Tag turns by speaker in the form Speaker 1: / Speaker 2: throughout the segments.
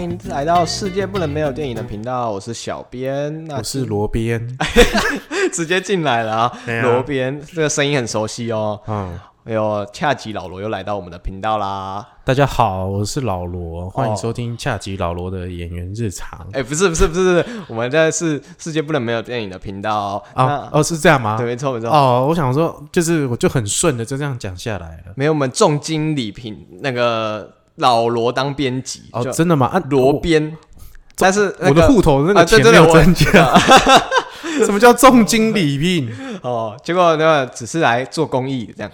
Speaker 1: 迎来到世界不能没有电影的频道，我是小编，那
Speaker 2: 我是 罗编，
Speaker 1: 直接进来了啊
Speaker 2: 对，啊
Speaker 1: 罗编这个声音很熟悉哦，
Speaker 2: 嗯，
Speaker 1: 哎呦，恰吉老罗又来到我们的频道啦，
Speaker 2: 大家好，我是老罗，欢
Speaker 1: 哦
Speaker 2: 迎收听下集老罗的演员日常。
Speaker 1: 哎，不是不是不是，我们这是世界不能没有电影的频道哦，
Speaker 2: 啊
Speaker 1: 那
Speaker 2: 哦，是这样吗
Speaker 1: 对，？没错没错，
Speaker 2: 哦，我想说，就是我就很顺的就这样讲下来了。
Speaker 1: 没有我们重金礼品那个老罗当编辑，
Speaker 2: 哦，
Speaker 1: 就
Speaker 2: 真的吗？啊，
Speaker 1: 罗编，但是
Speaker 2: 我，
Speaker 1: 那
Speaker 2: 我的
Speaker 1: 个
Speaker 2: 户头那
Speaker 1: 啊
Speaker 2: 个
Speaker 1: 对
Speaker 2: 钱
Speaker 1: 对
Speaker 2: 没
Speaker 1: 对
Speaker 2: 有
Speaker 1: 我
Speaker 2: 增加。 什么叫重金 礼聘？
Speaker 1: 哦，结果那个只是来做公益这样，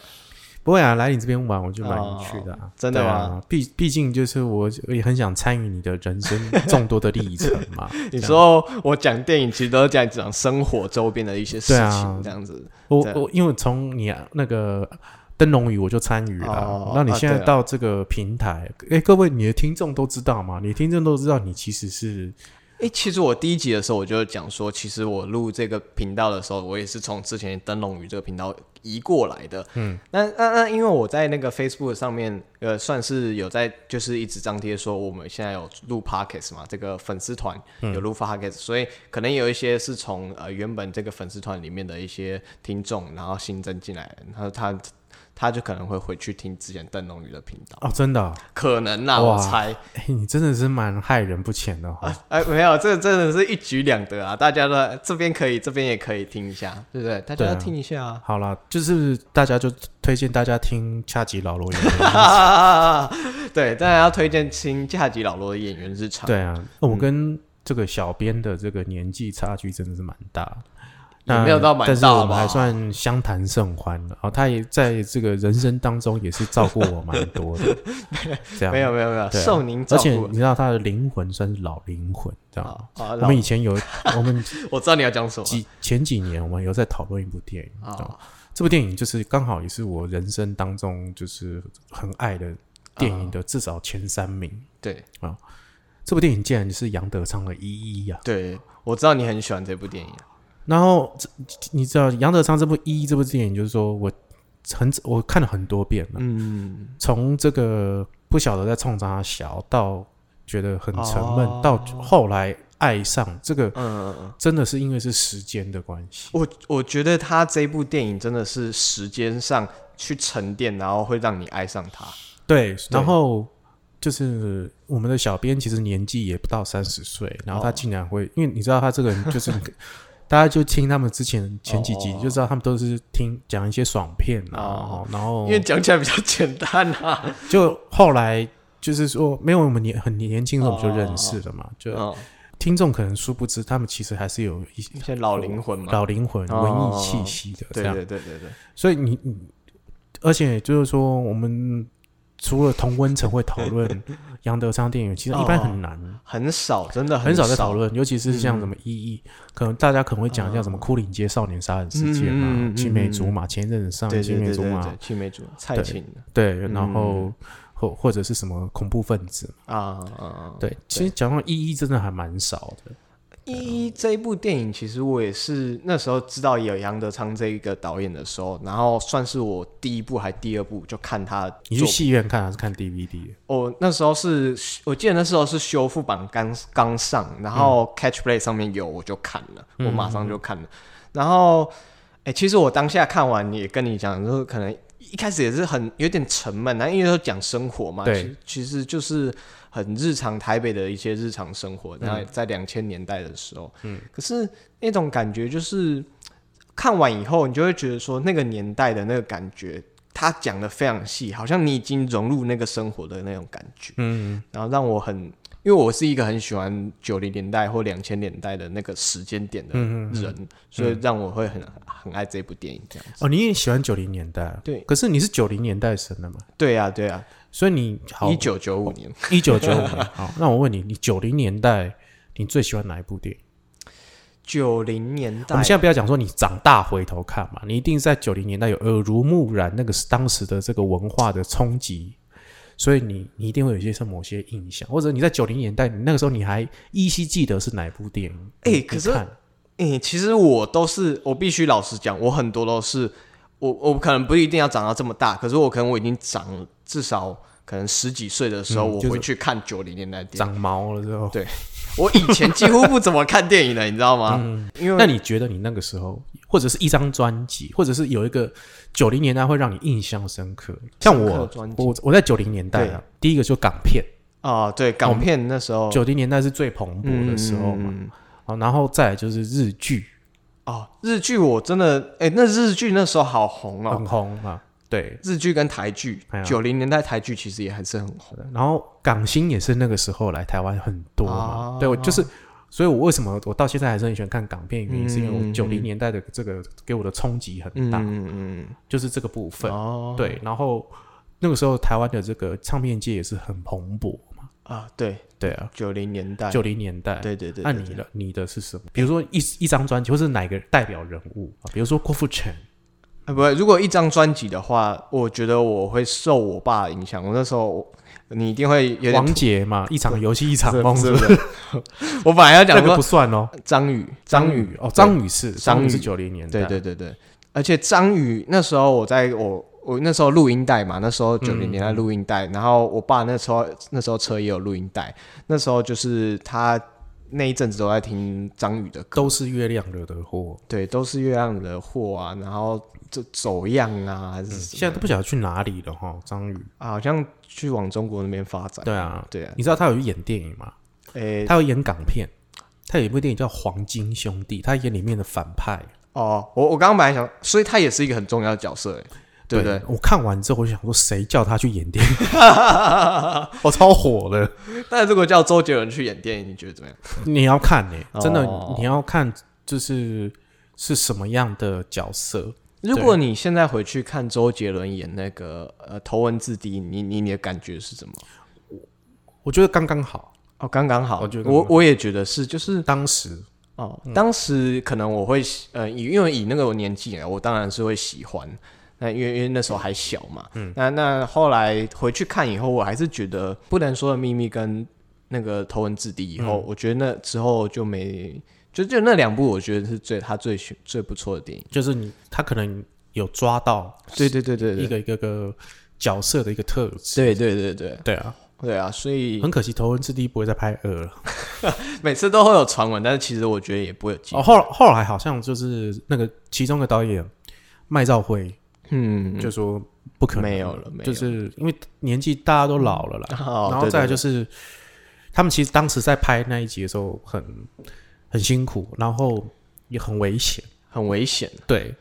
Speaker 2: 不会啊，来你这边玩我就蛮有趣的、啊
Speaker 1: 哦真的
Speaker 2: 对
Speaker 1: 吗。
Speaker 2: 啊？毕毕竟就是我我也很想参与你的人生众多的历程嘛
Speaker 1: 你
Speaker 2: 这样
Speaker 1: 说我讲电影，其实都是讲讲生活周边的一些事
Speaker 2: 对啊
Speaker 1: 情，这样子。
Speaker 2: 我
Speaker 1: 对
Speaker 2: 我因为从你那个灯笼鱼我就参与
Speaker 1: 哦
Speaker 2: 了，那你
Speaker 1: 啊
Speaker 2: 现在
Speaker 1: 对啊
Speaker 2: 到这个平台，哎，各位你的听众都知道嘛？你的听众都知道你其实是
Speaker 1: 诶，其实我第一集的时候我就讲说，其实我录这个频道的时候，我也是从之前灯笼鱼这个频道移过来的。嗯，那那那，因为我在那个 Facebook 上面，呃，算是有在就是一直张贴说我们现在有录 Podcast 嘛，这个粉丝团
Speaker 2: 嗯
Speaker 1: 有录 Podcast，、所以可能有一些是从呃原本这个粉丝团里面的一些听众，然后新增进来的，然后他他就可能会回去听之前灯笼鱼的频道，
Speaker 2: 哦，真的哦，
Speaker 1: 可能啦，
Speaker 2: 哇
Speaker 1: 我猜。
Speaker 2: 哎，你真的是蛮害人不浅的哦哈。
Speaker 1: 哎，没有，这真的是一举两得啊！大家的这边可以，这边也可以听一下，对不对？大家
Speaker 2: 对啊
Speaker 1: 要听一下啊！
Speaker 2: 好啦，就是大家就推荐大家听恰吉老罗 演员。啊
Speaker 1: 哈，对，当然要推荐新价级老罗的演员日常。，
Speaker 2: 对啊，哦
Speaker 1: 嗯
Speaker 2: 我跟这个小编的这个年纪差距真的是蛮大的。
Speaker 1: 也
Speaker 2: 那
Speaker 1: 没有到蛮
Speaker 2: 但是
Speaker 1: 大
Speaker 2: 我们
Speaker 1: 吧
Speaker 2: 还算相谈甚欢的。哦，他也在这个人生当中也是照顾我蛮多 的，这样
Speaker 1: 没有没有没有，
Speaker 2: 对啊
Speaker 1: 受您照
Speaker 2: 而且
Speaker 1: 顾
Speaker 2: 你知道他的灵魂算是老灵魂，知道吗？
Speaker 1: 啊啊！
Speaker 2: 我
Speaker 1: 老
Speaker 2: 们 以前有，我们
Speaker 1: 我知道你要讲什么
Speaker 2: 几前几年我们有在讨论一部电影，知道吗
Speaker 1: 啊
Speaker 2: 这部电影就是刚好也是我人生当中就是很爱的电影的至少前三名。
Speaker 1: 对
Speaker 2: 这部电影竟然是杨德昌的《一一》啊！
Speaker 1: 对，我知道你很喜欢这部电影啊
Speaker 2: 然后这你知道杨德昌这部《一一》这部电影，就是说我很我看了很多遍了，
Speaker 1: 嗯，
Speaker 2: 从这个不晓得在冲他小到觉得很沉闷，
Speaker 1: 哦
Speaker 2: 到后来爱上这个
Speaker 1: 嗯嗯嗯，
Speaker 2: 真的是因为是时间的关系。
Speaker 1: 我我觉得他这部电影真的是时间上去沉淀，然后会让你爱上他。
Speaker 2: 对，然后就是我们的小编其实年纪也不到三十岁，
Speaker 1: 哦
Speaker 2: 然后他竟然会，因为你知道他这个人就是， 大家就听他们之前前几集
Speaker 1: 哦
Speaker 2: 就知道他们都是听讲一些爽片啊
Speaker 1: 哦，
Speaker 2: 然后
Speaker 1: 因为讲起来比较简单啊，
Speaker 2: 就后来。就是说，没有我们年很年轻的时候我们就
Speaker 1: 哦
Speaker 2: 认识了嘛，就
Speaker 1: 嗯，
Speaker 2: 听众可能殊不知，他们其实还是有一些
Speaker 1: 一些老灵魂嘛，
Speaker 2: 老灵魂、
Speaker 1: 哦
Speaker 2: 文艺气息的这
Speaker 1: 对
Speaker 2: 样。
Speaker 1: 对对对对，
Speaker 2: 所以你，你而且就是说，我们除了同温层会讨 论杨德昌电影，其实一般很难，
Speaker 1: 哦很少，真的
Speaker 2: 很
Speaker 1: 少嗯哦
Speaker 2: 少在讨论，尤其是像什么意义，可能大家可能会讲一下什么枯岭街少年杀人事
Speaker 1: 嗯嗯
Speaker 2: 件
Speaker 1: 嗯
Speaker 2: 嘛
Speaker 1: 嗯，
Speaker 2: 青梅竹马，前一阵子上
Speaker 1: 对
Speaker 2: 的
Speaker 1: 对
Speaker 2: 啊青
Speaker 1: 对
Speaker 2: 梅
Speaker 1: 对
Speaker 2: 竹
Speaker 1: 对嗯
Speaker 2: 马
Speaker 1: 对，，青梅竹马蔡
Speaker 2: 对
Speaker 1: 琴
Speaker 2: 对，然后或或者是什么恐怖分子，
Speaker 1: 啊啊啊！
Speaker 2: 对，其实讲到意义真的还蛮少的，
Speaker 1: 一一这一部电影，其实我也是那时候知道有杨德昌这一个导演的时候，然后算是我第一部还第二部就看他的
Speaker 2: 你去
Speaker 1: 作
Speaker 2: 戏院看还是看 DVD？
Speaker 1: 我那时候是，我记得那时候是修复版刚刚上，然后 Catch Play 上面有我就看了，我马上就看了。然后，哎、其实我当下看完也跟你讲，就是可能一开始也是很有点沉闷，然后因为都讲生活嘛，
Speaker 2: 对
Speaker 1: 其，其实就是很日常台北的一些日常生活，然后在两千年代的时候，嗯，可是那种感觉就是看完以后，你就会觉得说那个年代的那个感觉。他讲的非常细，好像你已经融入那个生活的那种感觉。
Speaker 2: 嗯，
Speaker 1: 然后让我很，因为我是一个很喜欢九零年代或两千年代的那个时间点的人，所以让我会很很爱这部电影这样子。
Speaker 2: 哦，你也喜欢九零年代啊，
Speaker 1: 对
Speaker 2: 可是你是九零年代生的嘛，
Speaker 1: 对啊，对啊，
Speaker 2: 所以你好
Speaker 1: 一九九五年，
Speaker 2: 一九九五年。好，那我问你，你九零年代你最喜欢哪一部电影？
Speaker 1: 九零年
Speaker 2: 我
Speaker 1: 代
Speaker 2: 们，现在不要讲说你长大回头看嘛，你一定在九零年代有耳濡目染，那个是当时的这个文化的冲击，所以你你一定会有一些像某些印象，或者你在九零年代，你那个时候你还依稀记得是哪一部电影？
Speaker 1: 哎
Speaker 2: 你
Speaker 1: 可是
Speaker 2: 你看
Speaker 1: 诶、其实我都是，我必须老实讲，我很多都是，我我可能不一定要长到这么大，可是我可能我已经长至少可能十几岁的时候，
Speaker 2: 嗯
Speaker 1: 我
Speaker 2: 就是
Speaker 1: 回去看九零年代的电影。
Speaker 2: 长毛了之后，
Speaker 1: 对我以前几乎不怎么看电影的，你知道吗？因
Speaker 2: 嗯
Speaker 1: 为
Speaker 2: 那你觉得你那个时候，或者是一张专辑，或者是有一个九零年代会让你印象深刻？像
Speaker 1: 深刻
Speaker 2: 我
Speaker 1: 专，辑
Speaker 2: 我我在九零年代啊，第一个就港片，
Speaker 1: 啊，对港片那时候
Speaker 2: 嗯九零年代是最蓬勃的时候嘛。
Speaker 1: 哦嗯
Speaker 2: 好，然后再来就是日剧，
Speaker 1: 哦，日剧我真的哎，那日剧那时候好红哦，
Speaker 2: 很红嘛。对，
Speaker 1: 日剧跟台剧
Speaker 2: 嗯哎，呀
Speaker 1: 九零年代台剧其实也还是很红。
Speaker 2: 然后港星也是那个时候来台湾很多
Speaker 1: 啊
Speaker 2: 嘛。对，我就是。所以，我为什么我到现在还是很喜欢看港片？原因、是因为我
Speaker 1: 嗯
Speaker 2: 九零年代的这个给我的冲击很
Speaker 1: 嗯
Speaker 2: 大，
Speaker 1: 嗯嗯，
Speaker 2: 就是这个部分。
Speaker 1: 哦，
Speaker 2: 对，然后那个时候台湾的这个唱片界也是很蓬勃嘛，
Speaker 1: 啊，对，
Speaker 2: 对啊，
Speaker 1: 九零年代，
Speaker 2: 九零年代。
Speaker 1: 哎对对对，
Speaker 2: 那
Speaker 1: 对
Speaker 2: 你的你的是什么？比如说一一张专辑，或是哪个代表人物啊？比如说郭富城，
Speaker 1: 啊，不会，如果一张专辑的话，我觉得我会受我爸的影响。我那时候我，你一定会有点
Speaker 2: 王杰嘛，一场游戏一场
Speaker 1: 是
Speaker 2: 梦，
Speaker 1: 是
Speaker 2: 不
Speaker 1: 不
Speaker 2: 是？
Speaker 1: 是？ 我本来要
Speaker 2: 那
Speaker 1: 讲
Speaker 2: 个不
Speaker 1: 说呃
Speaker 2: 算哦，
Speaker 1: 张宇，宇
Speaker 2: 宇哦，张宇是
Speaker 1: 张
Speaker 2: 张宇是
Speaker 1: 宇
Speaker 2: 九零年代，
Speaker 1: 对，对对对对，而且张宇那时候我在我我那时候录音带嘛，那时候九零年代录音
Speaker 2: 嗯
Speaker 1: 带，然后我爸那时候那时候车也有录音带，那时候就是他那一阵子都在听张宇的歌，
Speaker 2: 都是月亮惹的祸。
Speaker 1: 对，都是月亮惹祸啊，然后这走样啊，还是什么
Speaker 2: 嗯现在都不晓得去哪里了哈，张宇。
Speaker 1: 啊好像去往中国那边发展，
Speaker 2: 对啊，
Speaker 1: 对啊，
Speaker 2: 你知道他有去演电影吗？
Speaker 1: 诶、
Speaker 2: 他有演港片，他有一部电影叫《黄金兄弟》，他演里面的反派。
Speaker 1: 哦，我我刚刚本来想，所以他也是一个很重要的角色，诶对不对？？
Speaker 2: 我看完之后，我就想说，谁叫他去演 电影？我超火的。
Speaker 1: 但如果叫周杰伦去演电影，你觉得怎么样？
Speaker 2: 你要看呢、
Speaker 1: 哦
Speaker 2: 真的，你要看就是是什么样的角色。
Speaker 1: 如果你现在回去看周杰伦演那个呃头文字 D，你你你的感觉是什么？
Speaker 2: 我觉得刚刚好，
Speaker 1: 哦，刚刚好，
Speaker 2: 我觉得刚刚
Speaker 1: 我我也觉得是，就是
Speaker 2: 当时
Speaker 1: 哦，
Speaker 2: 嗯
Speaker 1: 当时可能我会喜呃，以因为以那个年纪来，啊我当然是会喜欢。那因为因为那时候还小嘛，嗯，那那后来回去看以后，我还是觉得《不能说的秘密》跟那个《头文字 D》以
Speaker 2: 嗯
Speaker 1: 后，我觉得那之后就没就就那两部，我觉得是最他最喜最不错的电影。
Speaker 2: 就是你，他可能有抓到
Speaker 1: 对对对对
Speaker 2: 一
Speaker 1: 对，
Speaker 2: 个一个个角色的一个特质。
Speaker 1: 对对对对
Speaker 2: 对啊，
Speaker 1: 对啊！所以
Speaker 2: 很可惜，《头文字 D》不会再拍二了。
Speaker 1: 每次都会有传闻，但是其实我觉得也不会有机会。
Speaker 2: 哦，后后来好像就是那个其中的导演麦兆辉
Speaker 1: 嗯，
Speaker 2: 就说不可能，
Speaker 1: 没有了，没有了，
Speaker 2: 就是因为年纪大家都老了啦，
Speaker 1: 哦
Speaker 2: 然后再来就是是，他们其实当时在拍那一集的时候很很辛苦，然后也很危险，
Speaker 1: 很危险
Speaker 2: 对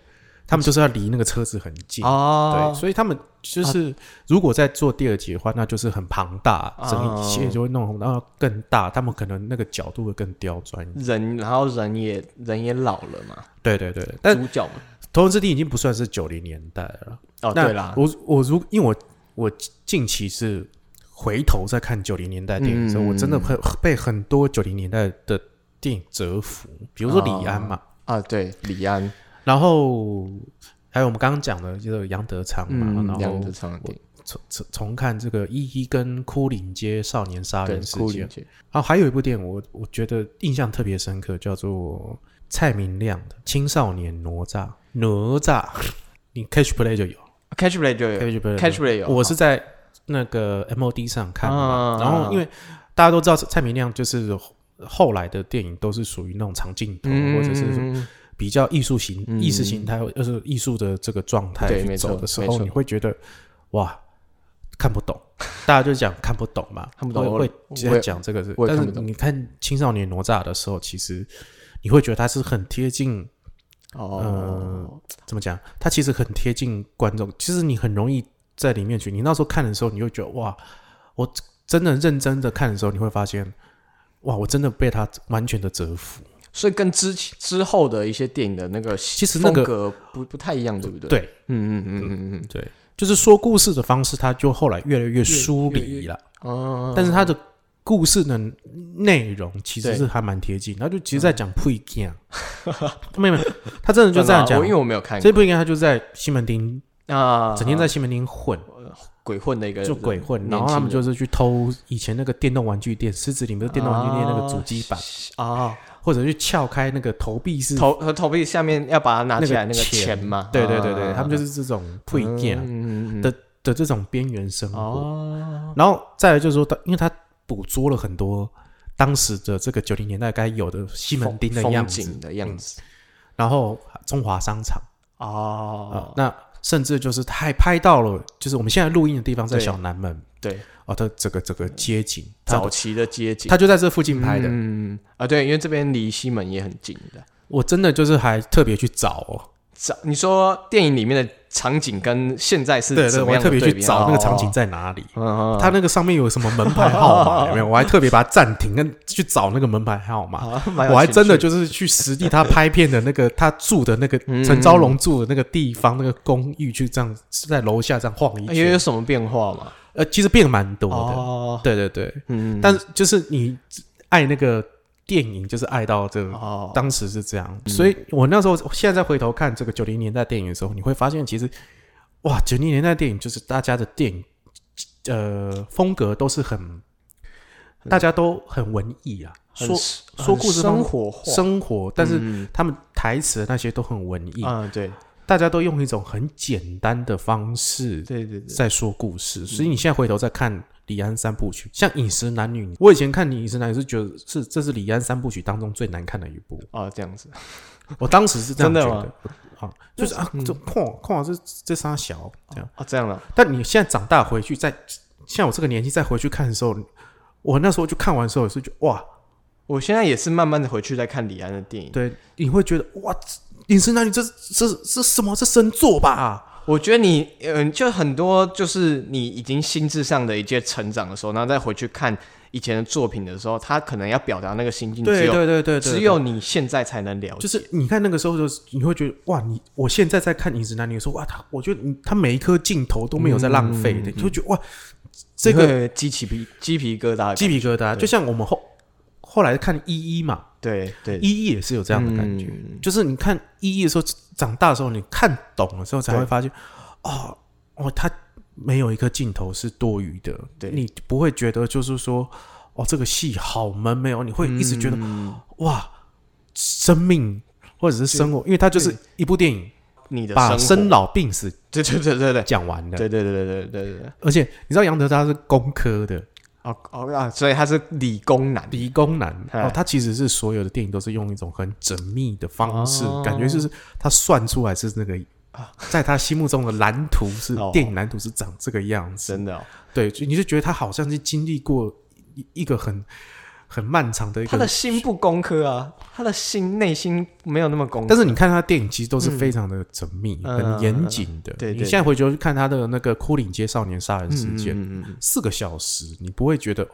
Speaker 2: 他们就是要离那个车子很近，
Speaker 1: 哦啊
Speaker 2: 对，，所以他们就是、如果再做第二集的话，那就是很庞大，
Speaker 1: 哦
Speaker 2: 整一切就会弄红，然后更大，他们可能那个角度会更刁钻一点。
Speaker 1: 人，然后人也人也老了嘛，
Speaker 2: 对对对，但《
Speaker 1: 主角嘛。
Speaker 2: 头文字 D》已经不算是九零年代了。
Speaker 1: 哦，
Speaker 2: 那
Speaker 1: 对啦，
Speaker 2: 我我如因为我我近期是回头在看九零年代电影的时候，
Speaker 1: 嗯
Speaker 2: 我真的很被很多九零年代的电影折服，比如说李安嘛，
Speaker 1: 啊，对，李安，
Speaker 2: 然后还有我们刚刚讲的就是杨德昌嘛，
Speaker 1: 嗯，
Speaker 2: 然
Speaker 1: 杨
Speaker 2: 后
Speaker 1: 德昌的电影，
Speaker 2: 重重重看这个《一一》跟《枯岭街少年杀
Speaker 1: 对
Speaker 2: 人，事
Speaker 1: 酷
Speaker 2: 件
Speaker 1: 林》，姐，
Speaker 2: 然后还有一部电影我我觉得印象特别深刻，叫做蔡明亮的《青少年哪吒》，哪吒，你 Catch Play 就有
Speaker 1: Catch Play 就有
Speaker 2: 啊，Catch Play 就有
Speaker 1: ，Catch Play 有，
Speaker 2: 我是在那个 MOD 上看的嘛，
Speaker 1: 啊
Speaker 2: 然后因为大家都知道蔡明亮就是后后来的电影都是属于那种长镜头、
Speaker 1: 嗯
Speaker 2: 或者是比较艺术形、
Speaker 1: 嗯
Speaker 2: 意识形态，就是艺术的这个状态
Speaker 1: 对
Speaker 2: 去
Speaker 1: 没错
Speaker 2: 走的时
Speaker 1: 没
Speaker 2: 候，
Speaker 1: 错
Speaker 2: 你会觉得哇看不懂，大家就讲看不懂嘛，
Speaker 1: 看不懂
Speaker 2: 会
Speaker 1: 我
Speaker 2: 会直接讲这个是，
Speaker 1: 我也
Speaker 2: 但是
Speaker 1: 看不懂
Speaker 2: 你看青少年哪吒的时候，其实你会觉得他是很贴近
Speaker 1: 哦，
Speaker 2: 怎么讲？它其实很贴近观众，其实你很容易在里面去。你那时候看的时候，你会觉得哇，我真的认真的看的时候，你会发现，哇，我真的被它完全的折服。
Speaker 1: 所以跟之之后的一些电影的那个
Speaker 2: 其实那
Speaker 1: 风
Speaker 2: 个
Speaker 1: 格不不太一样，对不对？
Speaker 2: 对，
Speaker 1: 嗯嗯嗯嗯嗯
Speaker 2: 对，就是说故事的方式，它就后来越来越疏离了。
Speaker 1: 嗯，哦，
Speaker 2: 但是它的故事的内容其实
Speaker 1: 对
Speaker 2: 是还蛮贴近，它就其实在讲不一 样。没有没有，他真的就这样讲
Speaker 1: 啊我因。为我没有看
Speaker 2: 这不应该，他就在西门町，
Speaker 1: 过啊，
Speaker 2: 整天在西门町混。
Speaker 1: 鬼混的一个
Speaker 2: 就鬼混，
Speaker 1: 年
Speaker 2: 然后他
Speaker 1: 轻人
Speaker 2: 们就是去偷以前那个电动玩具店，狮子里面的电动玩具店那个主机板，
Speaker 1: 啊，
Speaker 2: 或者去撬开那个投币式，
Speaker 1: 头和投币下面要把它拿
Speaker 2: 嗯那
Speaker 1: 起
Speaker 2: 个
Speaker 1: 来那个
Speaker 2: 钱
Speaker 1: 嘛，
Speaker 2: 对对对
Speaker 1: 啊
Speaker 2: 对，他们就是这种不一样
Speaker 1: 嗯嗯嗯嗯
Speaker 2: 的的这种边缘生活。
Speaker 1: 哦，
Speaker 2: 然后再来就是说，因为他捕捉了很多当时的这个九零年代该有的西门町的
Speaker 1: 风
Speaker 2: 样
Speaker 1: 风
Speaker 2: 子，嗯
Speaker 1: 景的样子
Speaker 2: 然后中华商场啊、
Speaker 1: 哦，
Speaker 2: 那甚至就是他还拍到了，就是我们现在录音的地方在
Speaker 1: 对
Speaker 2: 小南门
Speaker 1: 对，
Speaker 2: 哦，它整个整个街景，他
Speaker 1: 早期的街嗯景，
Speaker 2: 他就在这附近拍的。
Speaker 1: 嗯啊，对，因为这边离西门也很近的。
Speaker 2: 我真的就是还特别去找哦，
Speaker 1: 找你说电影里面的场景跟现在是
Speaker 2: 对对，
Speaker 1: 怎
Speaker 2: 我
Speaker 1: 么
Speaker 2: 还
Speaker 1: 样
Speaker 2: 特
Speaker 1: 的
Speaker 2: 别
Speaker 1: 对
Speaker 2: 去
Speaker 1: 比
Speaker 2: 找那个场景
Speaker 1: 哦
Speaker 2: 在哪里。
Speaker 1: 嗯嗯嗯
Speaker 2: 他那个上面有什么门牌号码有没有？我还特别把它暂停，跟去找那个门牌号码。
Speaker 1: 啊蛮有
Speaker 2: 我还
Speaker 1: 情
Speaker 2: 真的
Speaker 1: 趣
Speaker 2: 就是去实地他拍片的那个他住的那个
Speaker 1: 嗯
Speaker 2: 陈昭龙住的那个地方那个公寓，去这样在楼下这样晃一
Speaker 1: 哎有
Speaker 2: 圈
Speaker 1: 有，什么变化吗？
Speaker 2: 呃，其实变蛮多的。
Speaker 1: 哦，
Speaker 2: 对对对，
Speaker 1: 嗯，
Speaker 2: 但是就是你爱那个电影，就是爱到这个
Speaker 1: 哦，
Speaker 2: 当时是这样，所以我那时候现在再回头看这个九零年代电影的时候，你会发现其实，哇，九零年代电影就是大家的电影，呃，风格都是很，大家都很文艺啊，
Speaker 1: 很
Speaker 2: 说
Speaker 1: 是
Speaker 2: 说
Speaker 1: 很
Speaker 2: 故事
Speaker 1: 生
Speaker 2: 方
Speaker 1: 活化，
Speaker 2: 生活，但是嗯
Speaker 1: 嗯
Speaker 2: 他们台词那些都很文艺，
Speaker 1: 啊，对
Speaker 2: 大家都用一种很简单的方式
Speaker 1: 对对对，
Speaker 2: 在说故
Speaker 1: 嗯
Speaker 2: 事，所以你现在回头再看李安三部曲，像《饮食男女》，我以前看《饮食男女》是觉得是这是李安三部曲当中最难看的一部。
Speaker 1: 哦，这样子，
Speaker 2: 我当时是这样
Speaker 1: 真
Speaker 2: 觉
Speaker 1: 的嗯
Speaker 2: 得，啊，就是啊，这矿矿这这仨小这样。
Speaker 1: 哦，这样了，
Speaker 2: 但你现在长大回去，再像我这个年纪再回去看的时候，我那时候就看完的时候也是觉得哇，
Speaker 1: 我现在也是慢慢的回去再看李安的电影，
Speaker 2: 对，你会觉得哇，《饮食男女》这这这什么？这神作吧？
Speaker 1: 我觉得你嗯，就很多就是你已经心智上的一些成长的时候，然后再回去看以前的作品的时候，他可能要表达那个心境，只
Speaker 2: 对
Speaker 1: 有
Speaker 2: 对对对对，
Speaker 1: 哦只有你现在才能了解，
Speaker 2: 就是你看那个时候，就是你会觉得哇，你我现在在看《饮食男女》的时候，哇，他我觉得你他每一颗镜头都没有在浪
Speaker 1: 嗯
Speaker 2: 费的，你会觉得哇，这个
Speaker 1: 个鸡皮皮鸡皮疙瘩的感觉，
Speaker 2: 鸡皮疙瘩，啊就像我们后后来看一一嘛，
Speaker 1: 对对，
Speaker 2: 一一也是有这样的感觉，
Speaker 1: 嗯
Speaker 2: 就是你看一一的时候，长大的时候，你看懂的时候才会发现，哦哦，他没有一个镜头是多余的，
Speaker 1: 对
Speaker 2: 你不会觉得就是说，哦，这个戏好闷，没有，你会一直觉得、
Speaker 1: 嗯
Speaker 2: 哇，生命或者是生活，因为它就是一部电影，
Speaker 1: 你的
Speaker 2: 把
Speaker 1: 生
Speaker 2: 生
Speaker 1: 活，
Speaker 2: 老病死
Speaker 1: 对对对对对
Speaker 2: 讲完了，
Speaker 1: 对对对对对对对对，
Speaker 2: 而且你知道杨德他是工科的，
Speaker 1: 哦哦啊，所以他是理工男，
Speaker 2: 理工男，
Speaker 1: 哎
Speaker 2: 哦，他其实是所有的电影都是用一种很缜密的方式，
Speaker 1: 哦
Speaker 2: 感觉就是他算出来是那个，啊在他心目中的蓝图是、
Speaker 1: 哦
Speaker 2: 电影蓝图是长这个样子，
Speaker 1: 真的哦，
Speaker 2: 对，就你就觉得他好像是经历过一一个很很漫长的一
Speaker 1: 他
Speaker 2: 个
Speaker 1: 的，心不工科啊，他的心内心没有那么工科，
Speaker 2: 但是你看他的电影其实都是非常的缜密、
Speaker 1: 嗯
Speaker 2: 很严谨的。
Speaker 1: 对对
Speaker 2: 你现在回头去看他的那个《枯岭街少年杀人事件》
Speaker 1: 嗯嗯嗯
Speaker 2: 四个小时，你不会觉得。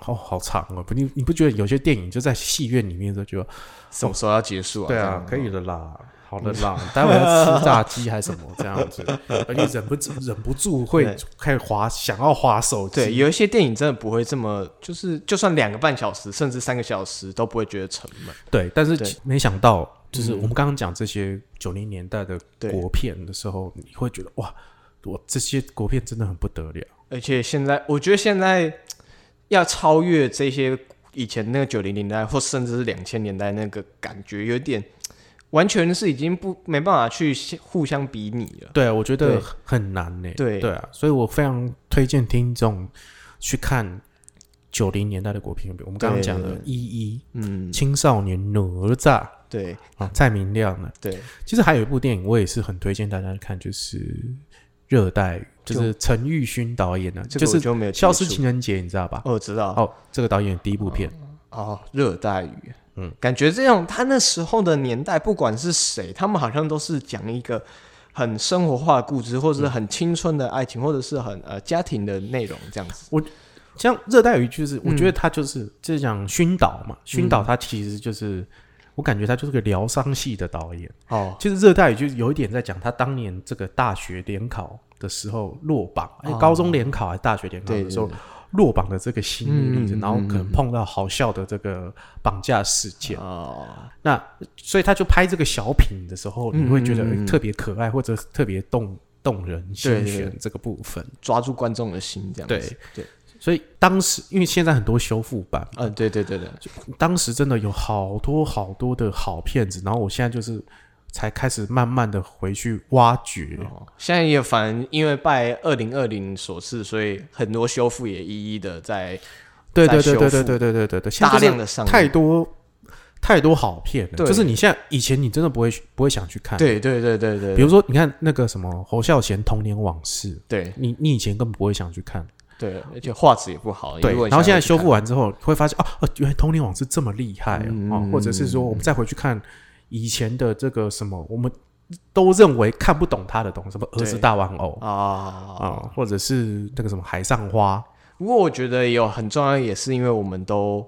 Speaker 2: 好好长哦，不，你你不觉得有些电影就在戏院里面的时候就
Speaker 1: 嗯什么时候要结束啊？嗯
Speaker 2: 对
Speaker 1: 这
Speaker 2: 啊
Speaker 1: 样，
Speaker 2: 可以了啦，好了啦，待会要吃炸鸡还是什么这样子，而且忍不住忍不住会
Speaker 1: 对
Speaker 2: 开始滑，想要滑手
Speaker 1: 对，
Speaker 2: 机。
Speaker 1: 有一些电影真的不会这么，就是就算两个半小时甚至三个小时都不会觉得沉闷。
Speaker 2: 对，但是
Speaker 1: 对嗯
Speaker 2: 没想到，就是我们刚刚讲这些九零年代的
Speaker 1: 对
Speaker 2: 国片的时候，你会觉得哇，我这些国片真的很不得了。
Speaker 1: 而且现在，我觉得现在要超越这些以前那个九零年代或甚至是两千年代那个感觉，有点完全是已经不没办法去互相比拟了。
Speaker 2: 对，我觉得
Speaker 1: 对
Speaker 2: 很难呢。
Speaker 1: 对
Speaker 2: 对啊，所以我非常推荐听众去看九零年代的国片，我们刚刚
Speaker 1: 对
Speaker 2: 讲的
Speaker 1: 对
Speaker 2: 《一一
Speaker 1: 嗯》、，
Speaker 2: 青少年哪吒
Speaker 1: 对
Speaker 2: 啊，蔡明亮的。
Speaker 1: 对，
Speaker 2: 其实还有一部电影，我也是很推荐大家看，就是《热带雨》，就是陈玉勋导演的、
Speaker 1: 这
Speaker 2: 就
Speaker 1: 个我
Speaker 2: 是《
Speaker 1: 就没有接
Speaker 2: 消失
Speaker 1: 触
Speaker 2: 情人节》，你知道吧？
Speaker 1: 哦我知道
Speaker 2: 哦，这个导演的第一部片，
Speaker 1: 哦，热带雨，嗯，感觉这种他那时候的年代，不管是谁，他们好像都是讲一个很生活化的故事，或者是很青春的爱情，或者是很呃家庭的内容这样子。
Speaker 2: 像《热带雨》就是，我觉
Speaker 1: 嗯
Speaker 2: 得他就是、就是讲熏导嘛，熏导他其实就是。我感觉他就是个疗伤系的导演。
Speaker 1: 哦，
Speaker 2: 其实《热带雨》就有一点在讲他当年这个大学联考的时候落榜，哎、高中联考还是大学联考
Speaker 1: 对
Speaker 2: 的
Speaker 1: 对
Speaker 2: 时候
Speaker 1: 哦对
Speaker 2: 落榜的这个心理历程，
Speaker 1: 嗯嗯
Speaker 2: 然后
Speaker 1: 嗯
Speaker 2: 可能碰到好笑的这个绑架事件。
Speaker 1: 哦，
Speaker 2: 那所以他就拍这个小品的时候，
Speaker 1: 嗯
Speaker 2: 你会觉得、
Speaker 1: 嗯嗯
Speaker 2: 诶特别可爱，或者特别动动人
Speaker 1: 对
Speaker 2: 心
Speaker 1: 对
Speaker 2: 弦
Speaker 1: 对
Speaker 2: 这个部分。
Speaker 1: 抓住观众的心这样子。对对，
Speaker 2: 所以当时因为现在很多修复版，
Speaker 1: 嗯，对对对对，
Speaker 2: 当时真的有好多好多的好片子，然后我现在就是才开始慢慢的回去挖掘。
Speaker 1: 哦，现在也反因为拜二零二零所赐，所以很多修复也一一的在
Speaker 2: 对
Speaker 1: 在
Speaker 2: 对对
Speaker 1: 修复
Speaker 2: 对对对对对对对，现在
Speaker 1: 大
Speaker 2: 就是
Speaker 1: 量的上映。
Speaker 2: 太多太多好片了，
Speaker 1: 对
Speaker 2: 就是你现在以前你真的不会去不会想去看。，
Speaker 1: 对对对对对，
Speaker 2: 比如说你看那个什么侯孝贤《童年往事》，
Speaker 1: 对
Speaker 2: 你你以前根本不会想去看。
Speaker 1: 对，而且画质也不好。
Speaker 2: 对
Speaker 1: 如果，你
Speaker 2: 然后现在
Speaker 1: 想
Speaker 2: 修
Speaker 1: 要去
Speaker 2: 复完之后，会发现哦哦，原来童年往事这么厉害哦
Speaker 1: 嗯
Speaker 2: 哦，或者是说我们再回去看以前的这个什么，我们都认为看不懂他的东西，什么儿子
Speaker 1: 对
Speaker 2: 大玩偶
Speaker 1: 看啊，
Speaker 2: 啊、或者是那个什么海上花，
Speaker 1: 不过我觉得有很重要，也是因为我们都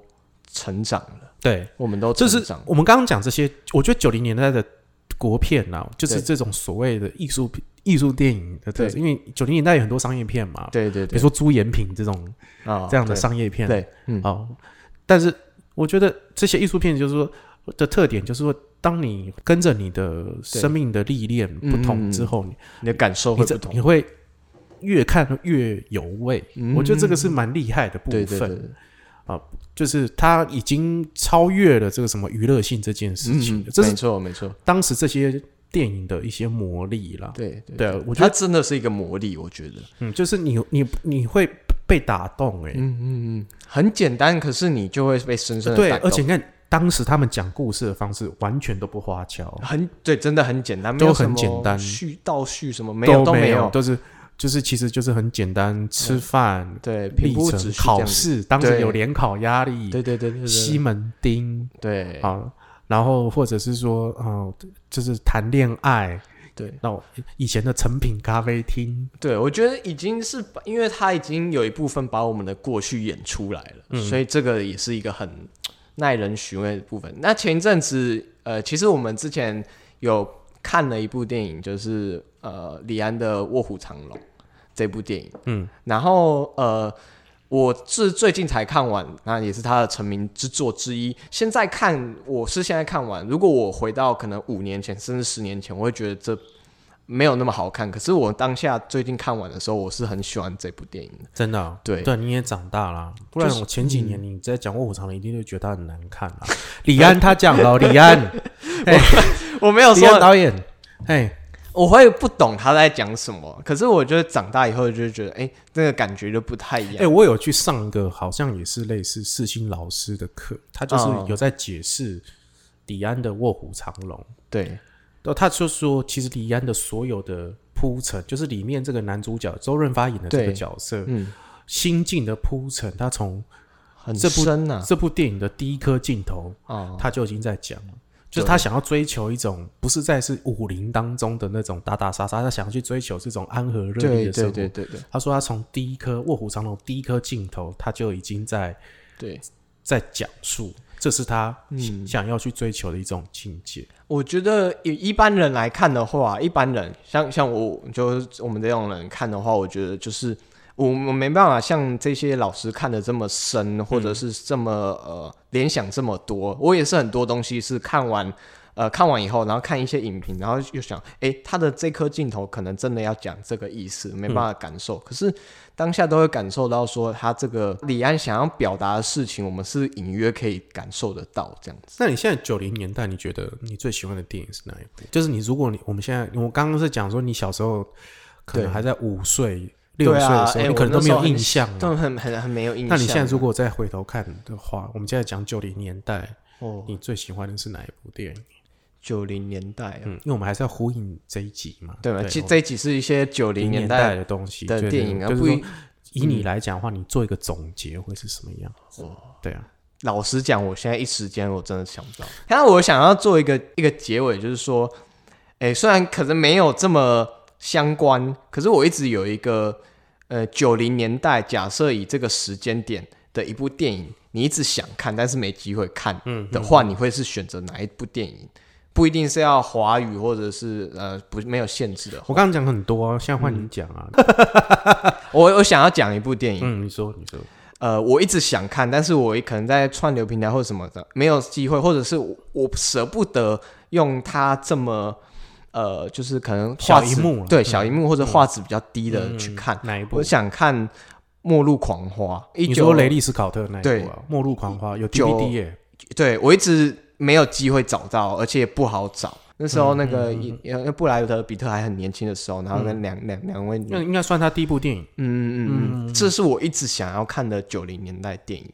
Speaker 1: 成长了，
Speaker 2: 对，
Speaker 1: 我们都
Speaker 2: 就
Speaker 1: 成
Speaker 2: 是
Speaker 1: 长。
Speaker 2: 我们刚刚讲这些，我觉得九零年代的国片呐、啊，就是
Speaker 1: 对
Speaker 2: 这种所谓的艺术品、艺术电影的特色，
Speaker 1: 对
Speaker 2: 因为九零年代有很多商业片嘛，
Speaker 1: 对对
Speaker 2: 比
Speaker 1: 对，
Speaker 2: 如说朱延平这种
Speaker 1: 啊
Speaker 2: 这样的
Speaker 1: 对
Speaker 2: 商业片，
Speaker 1: 对，嗯，
Speaker 2: 哦，但是我觉得这些艺术片就是说的特点，就是说，当你跟着你的生命的历练
Speaker 1: 嗯
Speaker 2: 不同之后，你
Speaker 1: 你的感受
Speaker 2: 你
Speaker 1: 会
Speaker 2: 这
Speaker 1: 不同
Speaker 2: 你。会越看越有味。我觉得这个是蛮厉害的部
Speaker 1: 嗯对
Speaker 2: 分，
Speaker 1: 对对，对
Speaker 2: 就是它已经超越了这个什么娱乐性这件事情
Speaker 1: 嗯
Speaker 2: 了，，这
Speaker 1: 没
Speaker 2: 是
Speaker 1: 错没错，
Speaker 2: 当时这些电影的一些魔力啦。
Speaker 1: 对对
Speaker 2: 对啊，我觉
Speaker 1: 它
Speaker 2: 得，
Speaker 1: 真的是一个魔力，我觉得。
Speaker 2: 嗯，就是你你你会被打动哎、欸
Speaker 1: 嗯嗯嗯，很简单，可是你就会被深深的
Speaker 2: 对，
Speaker 1: 打动
Speaker 2: 而且你看当时他们讲故事的方式完全都不花俏，
Speaker 1: 很对，真的很简单，
Speaker 2: 都
Speaker 1: 没有什
Speaker 2: 很
Speaker 1: 么
Speaker 2: 简单
Speaker 1: 絮倒叙什么没有
Speaker 2: 都
Speaker 1: 都
Speaker 2: 没
Speaker 1: 有，
Speaker 2: 都是就是其实就是很简单，吃饭、
Speaker 1: 对，嗯平
Speaker 2: 历
Speaker 1: 铺直
Speaker 2: 程、
Speaker 1: 叙这样
Speaker 2: 考
Speaker 1: 子，
Speaker 2: 试，当时
Speaker 1: 对
Speaker 2: 有联考压力，
Speaker 1: 对对对对
Speaker 2: 西
Speaker 1: 对
Speaker 2: 门町
Speaker 1: 对，
Speaker 2: 啊，然后或者是说，嗯、就是谈恋爱，
Speaker 1: 对
Speaker 2: 那我以前的成品咖啡厅，
Speaker 1: 对，我觉得已经是把，因为他已经有一部分把我们的过去演出来了，所以这个也是一个很耐人寻味的部分。那前一阵子，呃，其实我们之前有看了一部电影，就是呃李安的《卧虎藏龙》这部电影，
Speaker 2: 嗯，
Speaker 1: 然后呃。我是最近才看完，那也是他的成名之作之一。现在看，我是现在看完。如果我回到可能五年前，甚至十年前，我会觉得这没有那么好看。可是我当下最近看完的时候，我是很喜欢这部电影的。
Speaker 2: 真的哦、
Speaker 1: 对
Speaker 2: 对，你也长大啦，不然
Speaker 1: 就是嗯
Speaker 2: 我前几年你在讲《卧虎藏龙》，一定就觉得它很难看 啦。李安他讲了哦，李安，哎，
Speaker 1: 我没有
Speaker 2: 李安
Speaker 1: 说，
Speaker 2: 导演，哎，
Speaker 1: 我会不懂他在讲什么。可是我觉得长大以后就觉得，哎、那个感觉就不太一
Speaker 2: 哎、
Speaker 1: 样。
Speaker 2: 我有去上一个好像也是类似世新老师的课，他就是
Speaker 1: 嗯
Speaker 2: 有在解释李安的《卧虎藏龙》。
Speaker 1: 对
Speaker 2: 然后他就说，其实李安的所有的铺陈，就是里面这个男主角周润发演的这个
Speaker 1: 对
Speaker 2: 角色，
Speaker 1: 嗯，
Speaker 2: 心境的铺陈，他从
Speaker 1: 很
Speaker 2: 这部
Speaker 1: 深呐、
Speaker 2: 这部电影的第一颗镜头，
Speaker 1: 啊。哦，
Speaker 2: 他就已经在讲了。就是他想要追求一种不是再是武林当中的那种打打杀杀，他想要去追求这种安和热
Speaker 1: 对
Speaker 2: 烈
Speaker 1: 对
Speaker 2: 的生
Speaker 1: 对
Speaker 2: 活。
Speaker 1: 对对
Speaker 2: 他说他从第一颗《卧虎藏龙》第一颗镜头，他就已经在
Speaker 1: 对，
Speaker 2: 在讲述，这是他
Speaker 1: 嗯
Speaker 2: 想要去追求的一种境界。
Speaker 1: 我觉得以一般人来看的话，一般人像像我，就是我们这种人看的话，我觉得就是我我没办法像这些老师看的这么深，或者是这么呃联想这么多。我也是很多东西是看完呃看完以后，然后看一些影评，然后又想，诶，他的这颗镜头可能真的要讲这个意思，没办法感受。可是当下都会感受到说，他这个李安想要表达的事情，我们是隐约可以感受得到这样子。
Speaker 2: 那你现在九零年代，你觉得你最喜欢的电影是哪一部？就是你如果你我们现在，我刚刚是讲说你小时候可能
Speaker 1: 对
Speaker 2: 还在五岁、六
Speaker 1: 对
Speaker 2: 岁
Speaker 1: 啊
Speaker 2: 的时候，
Speaker 1: 哎
Speaker 2: 你可能都没有印象啊。
Speaker 1: 都很很很没有印象。
Speaker 2: 那你现在如果再回头看的话，我们现在讲九零年代，
Speaker 1: 哦
Speaker 2: 你最喜欢的是哪一部
Speaker 1: 啊
Speaker 2: 电影？
Speaker 1: 九零年代啊，
Speaker 2: 嗯，因为我们还是要呼应这一集嘛，
Speaker 1: 对吧？
Speaker 2: 我
Speaker 1: 这这一集是一些九零
Speaker 2: 零
Speaker 1: 年
Speaker 2: 代
Speaker 1: 代
Speaker 2: 的东西
Speaker 1: 的
Speaker 2: 对
Speaker 1: 电影啊，
Speaker 2: 对就
Speaker 1: 不
Speaker 2: 是
Speaker 1: 一
Speaker 2: 说以你来讲的话，你做一个总结会是什么样子？
Speaker 1: 哦
Speaker 2: 对啊，
Speaker 1: 老实讲，我现在一时间我真的想不到。但是我想要做一个一个结尾，就是说，哎，虽然可能没有这么相关，可是我一直有一个呃九零年代，假设以这个时间点的一部电影，你一直想看但是没机会看
Speaker 2: 嗯
Speaker 1: 的话，你会是选择哪一部电影？不一定是要华语或者是呃不没有限制的。
Speaker 2: 我刚刚讲很多啊，现在换
Speaker 1: 嗯
Speaker 2: 你 讲啊。
Speaker 1: 我我想要讲一部电影，
Speaker 2: 嗯，你说，你说，
Speaker 1: 呃，我一直想看，但是我可能在串流平台或什么的没有机会，或者是我我舍不得用它这么呃，就是可能画
Speaker 2: 小
Speaker 1: 质
Speaker 2: 荧幕啦
Speaker 1: 对
Speaker 2: 嗯
Speaker 1: 小荧幕或者画质比较低的
Speaker 2: 嗯
Speaker 1: 去看。
Speaker 2: 哪一部？
Speaker 1: 我想看《末路狂花》，一
Speaker 2: 你说
Speaker 1: 九
Speaker 2: 雷利斯考特那一
Speaker 1: 对
Speaker 2: 部、啊《末路狂花》有
Speaker 1: 九
Speaker 2: DVD 耶、
Speaker 1: 对我一直没有机会找到，而且也不好找。那时
Speaker 2: 嗯
Speaker 1: 候那个也呃布莱德比特还很年轻的时候，然后跟两两两位女，
Speaker 2: 那应该算他第一部电影。
Speaker 1: 嗯嗯嗯，这是我一直想要看的九零年代电影，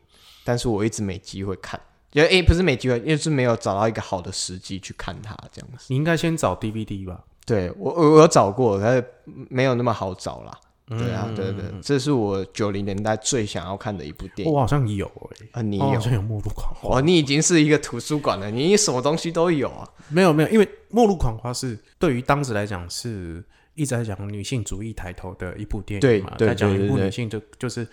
Speaker 1: 但是我一直没机会看，也诶、不是没机会，也是没有找到一个好的时机去看它这样子。
Speaker 2: 你应该先找 DVD 吧。
Speaker 1: 对我我我有找过，但是没有那么好找啦。对啊，对对，这是我九零年代最想要看的一部电影。
Speaker 2: 我好像有哎、
Speaker 1: 啊，你
Speaker 2: 我好
Speaker 1: 有
Speaker 2: 像有《末路狂花》
Speaker 1: 哦，你已经是一个图书馆了，你什么东西都有啊。
Speaker 2: 没有没有，因为《末路狂花》是对于当时来讲是一直在讲女性主义抬头的一部电
Speaker 1: 对
Speaker 2: 影嘛，
Speaker 1: 对
Speaker 2: 在讲
Speaker 1: 对
Speaker 2: 一部
Speaker 1: 对对
Speaker 2: 女性就就是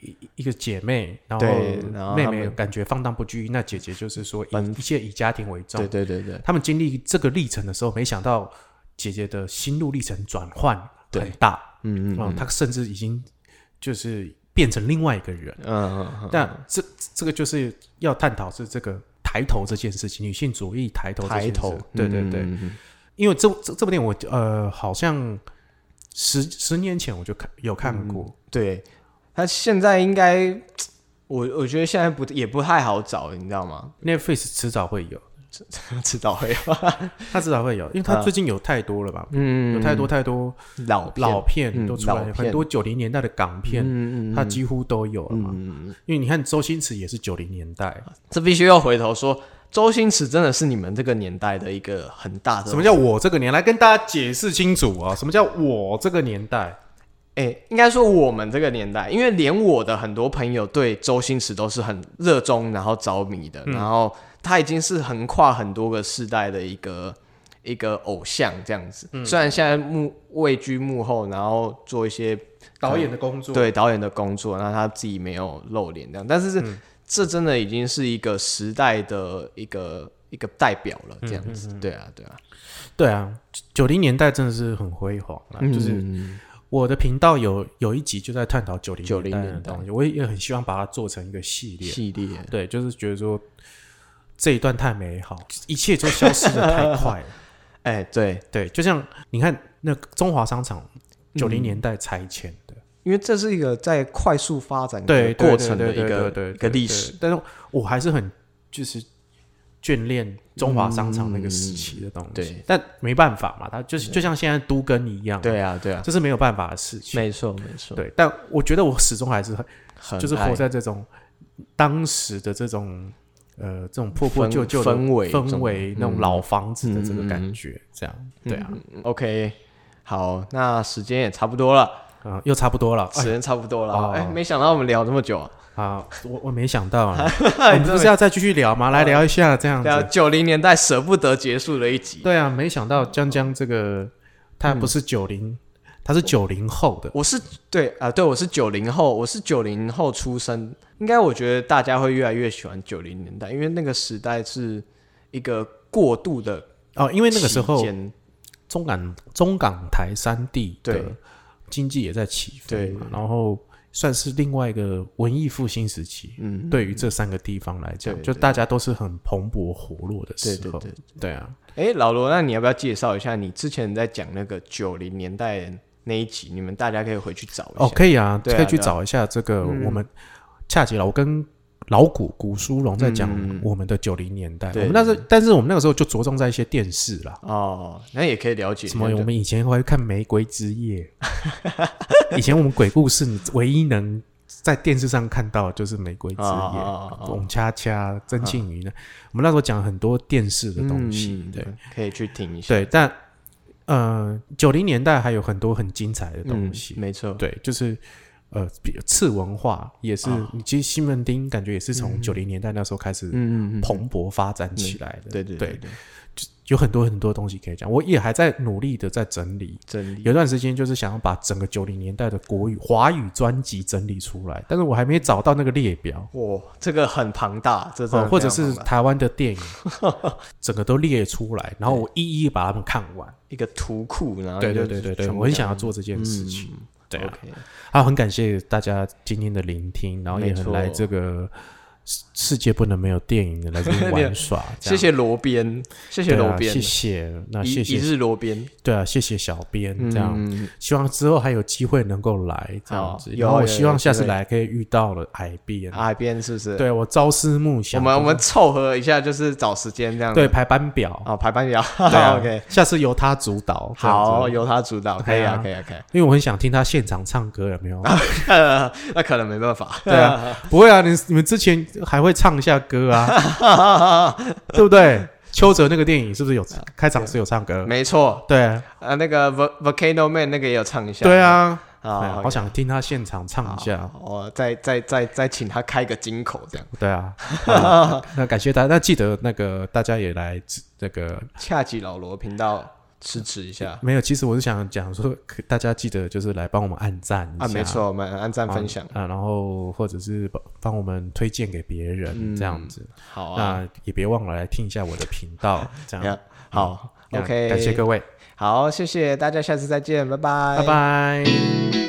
Speaker 2: 一一个姐妹，然
Speaker 1: 对然后
Speaker 2: 妹
Speaker 1: 她
Speaker 2: 妹
Speaker 1: 们
Speaker 2: 感觉放荡不羁，那姐姐就是说
Speaker 1: 奔
Speaker 2: 一一切以家庭为重
Speaker 1: 对，对对对，
Speaker 2: 他们经历这个历程的时候，没想到姐姐的心路历程转换
Speaker 1: 对
Speaker 2: 很大，
Speaker 1: 嗯嗯
Speaker 2: 嗯，她甚至已经就是变成另外一个人。
Speaker 1: 嗯嗯嗯
Speaker 2: 但这这个就是要探讨是这个抬头这件事情，女性主义抬头
Speaker 1: 嗯，
Speaker 2: 这件
Speaker 1: 抬
Speaker 2: 事
Speaker 1: 头，
Speaker 2: 对对对，
Speaker 1: 嗯，嗯嗯
Speaker 2: 因为这这这部电影我呃好像十十年前我就看有看过，
Speaker 1: 对，他现在应该，我我觉得现在不也不太好找，你知道吗？
Speaker 2: Netflix 迟早会有，
Speaker 1: 知道会，
Speaker 2: 它迟早会有，因为它最近有太多了吧，
Speaker 1: 啊嗯
Speaker 2: 有太多太多
Speaker 1: 老片
Speaker 2: 老，片
Speaker 1: 嗯
Speaker 2: 都出来，
Speaker 1: 老片
Speaker 2: 很多九零年代的港片，
Speaker 1: 嗯嗯
Speaker 2: 它几乎都有了嘛。
Speaker 1: 嗯，啊嗯
Speaker 2: 因为你看周星驰也是九零年代，
Speaker 1: 这必须要回头说，周星驰真的是你们这个年代的一个很大的
Speaker 2: 什么叫我这个年代？来跟大家解释清楚啊！什么叫我这个年代？
Speaker 1: 哎、应该说我们这个年代，因为连我的很多朋友对周星驰都是很热衷，然后着迷的，然后他已经是横跨很多个世代的一个一个偶像这样子。虽然现在幕位居幕后，然后做一些
Speaker 2: 导演的工作，
Speaker 1: 对导演的工作，那他自己没有露脸这样，但是是、这真的已经是一个时代的一个一个代表了，这样子。对啊，对啊，
Speaker 2: 对啊，九零年代真的是很辉煌啊！就是
Speaker 1: 嗯
Speaker 2: 我的频道有有一集就在探讨九零
Speaker 1: 90
Speaker 2: 代的
Speaker 1: 年代
Speaker 2: 东西，我也很希望把它做成一个系列。
Speaker 1: 系列，
Speaker 2: 对，就是觉得说这一段太美好，一切都消失的太快了。
Speaker 1: 哎、对，
Speaker 2: 对，就像你看那个中华商场
Speaker 1: 嗯
Speaker 2: 九零年代拆迁的，
Speaker 1: 因为这是一个在快速发展
Speaker 2: 对
Speaker 1: 的
Speaker 2: 对
Speaker 1: 过程的
Speaker 2: 对
Speaker 1: 一
Speaker 2: 对
Speaker 1: 个
Speaker 2: 对对
Speaker 1: 一
Speaker 2: 对
Speaker 1: 个
Speaker 2: 对
Speaker 1: 历史。
Speaker 2: 但是我还是很就是眷恋中华商场那个时期的东西。
Speaker 1: 对，
Speaker 2: 但没办法嘛，它就是就像现在都跟你一样，，
Speaker 1: 嗯对啊，对啊，
Speaker 2: 这是没有办法的事情。
Speaker 1: 没错没错，
Speaker 2: 对，但我觉得我始终还是很
Speaker 1: 很
Speaker 2: 就是
Speaker 1: 爱
Speaker 2: 活在这种当时的这种呃这种破破
Speaker 1: 氛
Speaker 2: 旧旧的
Speaker 1: 氛围
Speaker 2: 氛
Speaker 1: 中
Speaker 2: 围
Speaker 1: 嗯
Speaker 2: 那种老房子的这个
Speaker 1: 嗯嗯
Speaker 2: 感
Speaker 1: 嗯
Speaker 2: 觉，这样对啊，
Speaker 1: 嗯 OK，好，那时间也差不多了，
Speaker 2: 啊又差不多了。
Speaker 1: 时间差不多
Speaker 2: 哦
Speaker 1: 了。哎，没想到我们哎聊这么久啊，
Speaker 2: 好，我我没想到 啊，我们不是要再继续聊吗？来聊一下这样
Speaker 1: 对啊，
Speaker 2: 子。
Speaker 1: 九零年代舍不得结束的一集。
Speaker 2: 对啊，没想到江江这个他不是九
Speaker 1: 嗯
Speaker 2: 零，他是九零后的。
Speaker 1: 我是对啊、对我是九零后，我是九零后出生，应该我觉得大家会越来越喜欢九零年代，因为那个时代是一个过渡的期间，
Speaker 2: 哦，因为那个时候中港中港台三地的
Speaker 1: 对
Speaker 2: 经济也在起飞
Speaker 1: 对
Speaker 2: 嘛，然后算是另外一个文艺复兴时期。
Speaker 1: 嗯，
Speaker 2: 对于这三个地方来讲，
Speaker 1: 对
Speaker 2: 就大家都是很蓬勃活络的
Speaker 1: 对
Speaker 2: 时
Speaker 1: 对
Speaker 2: 候
Speaker 1: 对。
Speaker 2: 对啊，
Speaker 1: 哎，老罗，那你要不要介绍一下你之前在讲那个九零年代那一集？你们大家可以回去找一下。
Speaker 2: 哦，可以啊，
Speaker 1: 对啊
Speaker 2: 可以去
Speaker 1: 对啊
Speaker 2: 找一下这个
Speaker 1: 嗯
Speaker 2: 我们恰吉老，我跟老古古书荣在讲
Speaker 1: 嗯嗯嗯
Speaker 2: 我们的九零年代，我
Speaker 1: 对
Speaker 2: 们那时候，但是我们那个时候就着重在一些电视啦，
Speaker 1: 哦，那也可以了解
Speaker 2: 什么
Speaker 1: 那
Speaker 2: 我
Speaker 1: 个
Speaker 2: 们以前会看《玫瑰之夜》 ，以前我们鬼故事你唯一能在电视上看到的就是《玫瑰之夜》
Speaker 1: 哦哦哦哦
Speaker 2: 董恰恰、曾庆瑜呢，我们那时候讲很多电视的东西，
Speaker 1: 嗯
Speaker 2: 对，
Speaker 1: 可以去听一下。嗯
Speaker 2: 对，但呃，九零年代还有很多很精彩的东西，
Speaker 1: 嗯、没错。
Speaker 2: 对，就是呃，比次文化也是，
Speaker 1: 啊
Speaker 2: 你其实西门町感觉也是从九零年代那时候开始
Speaker 1: 嗯嗯嗯嗯，
Speaker 2: 蓬勃发展起来的，
Speaker 1: 对对
Speaker 2: 对
Speaker 1: 对，
Speaker 2: 有很多很多东西可以讲，我也还在努力的在整理。
Speaker 1: 真理。
Speaker 2: 有段时间就是想要把整个九零年代的国语华语专辑整理出来，但是我还没找到那个列表，
Speaker 1: 哇，这个很庞大，这真的
Speaker 2: 哦或者
Speaker 1: 非常
Speaker 2: 是
Speaker 1: 庞大
Speaker 2: 台湾的 电影，整个都列出来，然后我一一把它们看完。
Speaker 1: 一个图库，然后
Speaker 2: 对
Speaker 1: 啊
Speaker 2: 对
Speaker 1: 就
Speaker 2: 对对对，
Speaker 1: 全部
Speaker 2: 我很
Speaker 1: 讲嗯
Speaker 2: 想要做这件事情。对啊，
Speaker 1: OK，
Speaker 2: 啊，很感谢大家今天的聆听，然后也
Speaker 1: 没
Speaker 2: 很
Speaker 1: 错
Speaker 2: 来这个世世界不能没有电影的来这边玩耍。这
Speaker 1: 谢谢
Speaker 2: 样
Speaker 1: 罗编，谢谢
Speaker 2: 对
Speaker 1: 罗
Speaker 2: 啊
Speaker 1: 编
Speaker 2: 谢，谢，那
Speaker 1: 一
Speaker 2: 谢
Speaker 1: 一
Speaker 2: 谢，
Speaker 1: 日罗编，
Speaker 2: 对啊，谢谢小编这样。
Speaker 1: 嗯
Speaker 2: 希望之后还有机会能够来这样子
Speaker 1: 好，有
Speaker 2: 然后
Speaker 1: 哦
Speaker 2: 我
Speaker 1: 有
Speaker 2: 希
Speaker 1: 有
Speaker 2: 望下次
Speaker 1: 机会
Speaker 2: 来可以遇到了海边，
Speaker 1: 啊海边是不是？，
Speaker 2: 对我朝思暮
Speaker 1: 我
Speaker 2: 想。
Speaker 1: 们我们凑合一下，就是找时间这样子。
Speaker 2: 对排班表，
Speaker 1: 啊，排班表。
Speaker 2: 对 啊
Speaker 1: OK，
Speaker 2: 下次由他主导。这样子
Speaker 1: 好，，由他主导，可以啊，可
Speaker 2: 对
Speaker 1: 以啊，可以啊。
Speaker 2: 因为我很想听他现场唱歌，有 没有？
Speaker 1: 那可能没办法。
Speaker 2: 对啊，不会啊，你你们之前还会唱一下歌啊， 对不对？邱泽那个电影是不是有开场是有唱歌？
Speaker 1: 啊没错，
Speaker 2: 对
Speaker 1: 啊，那个 Vol- Volcano Man 那个也有唱一下。
Speaker 2: 对，啊，对啊
Speaker 1: 啊，
Speaker 2: 好想听他现场唱一下。
Speaker 1: 我再再再再请他开个金口这样，
Speaker 2: 对啊，好那感谢大家，那记得那个大家也来那个
Speaker 1: 恰吉老罗频道支持一下
Speaker 2: 没有，其实我是想讲说，可大家记得就是来帮我们按赞一
Speaker 1: 啊，
Speaker 2: 下
Speaker 1: 没错，我们按赞分享，
Speaker 2: 啊，然后或者是帮帮我们推荐给别人
Speaker 1: 嗯
Speaker 2: 这样子，
Speaker 1: 好啊，
Speaker 2: 那也别忘了来听一下我的频道，这样
Speaker 1: 呀好
Speaker 2: 嗯
Speaker 1: ，OK，
Speaker 2: 感谢各位，
Speaker 1: 好，谢谢大家，下次再见，拜拜，
Speaker 2: 拜。拜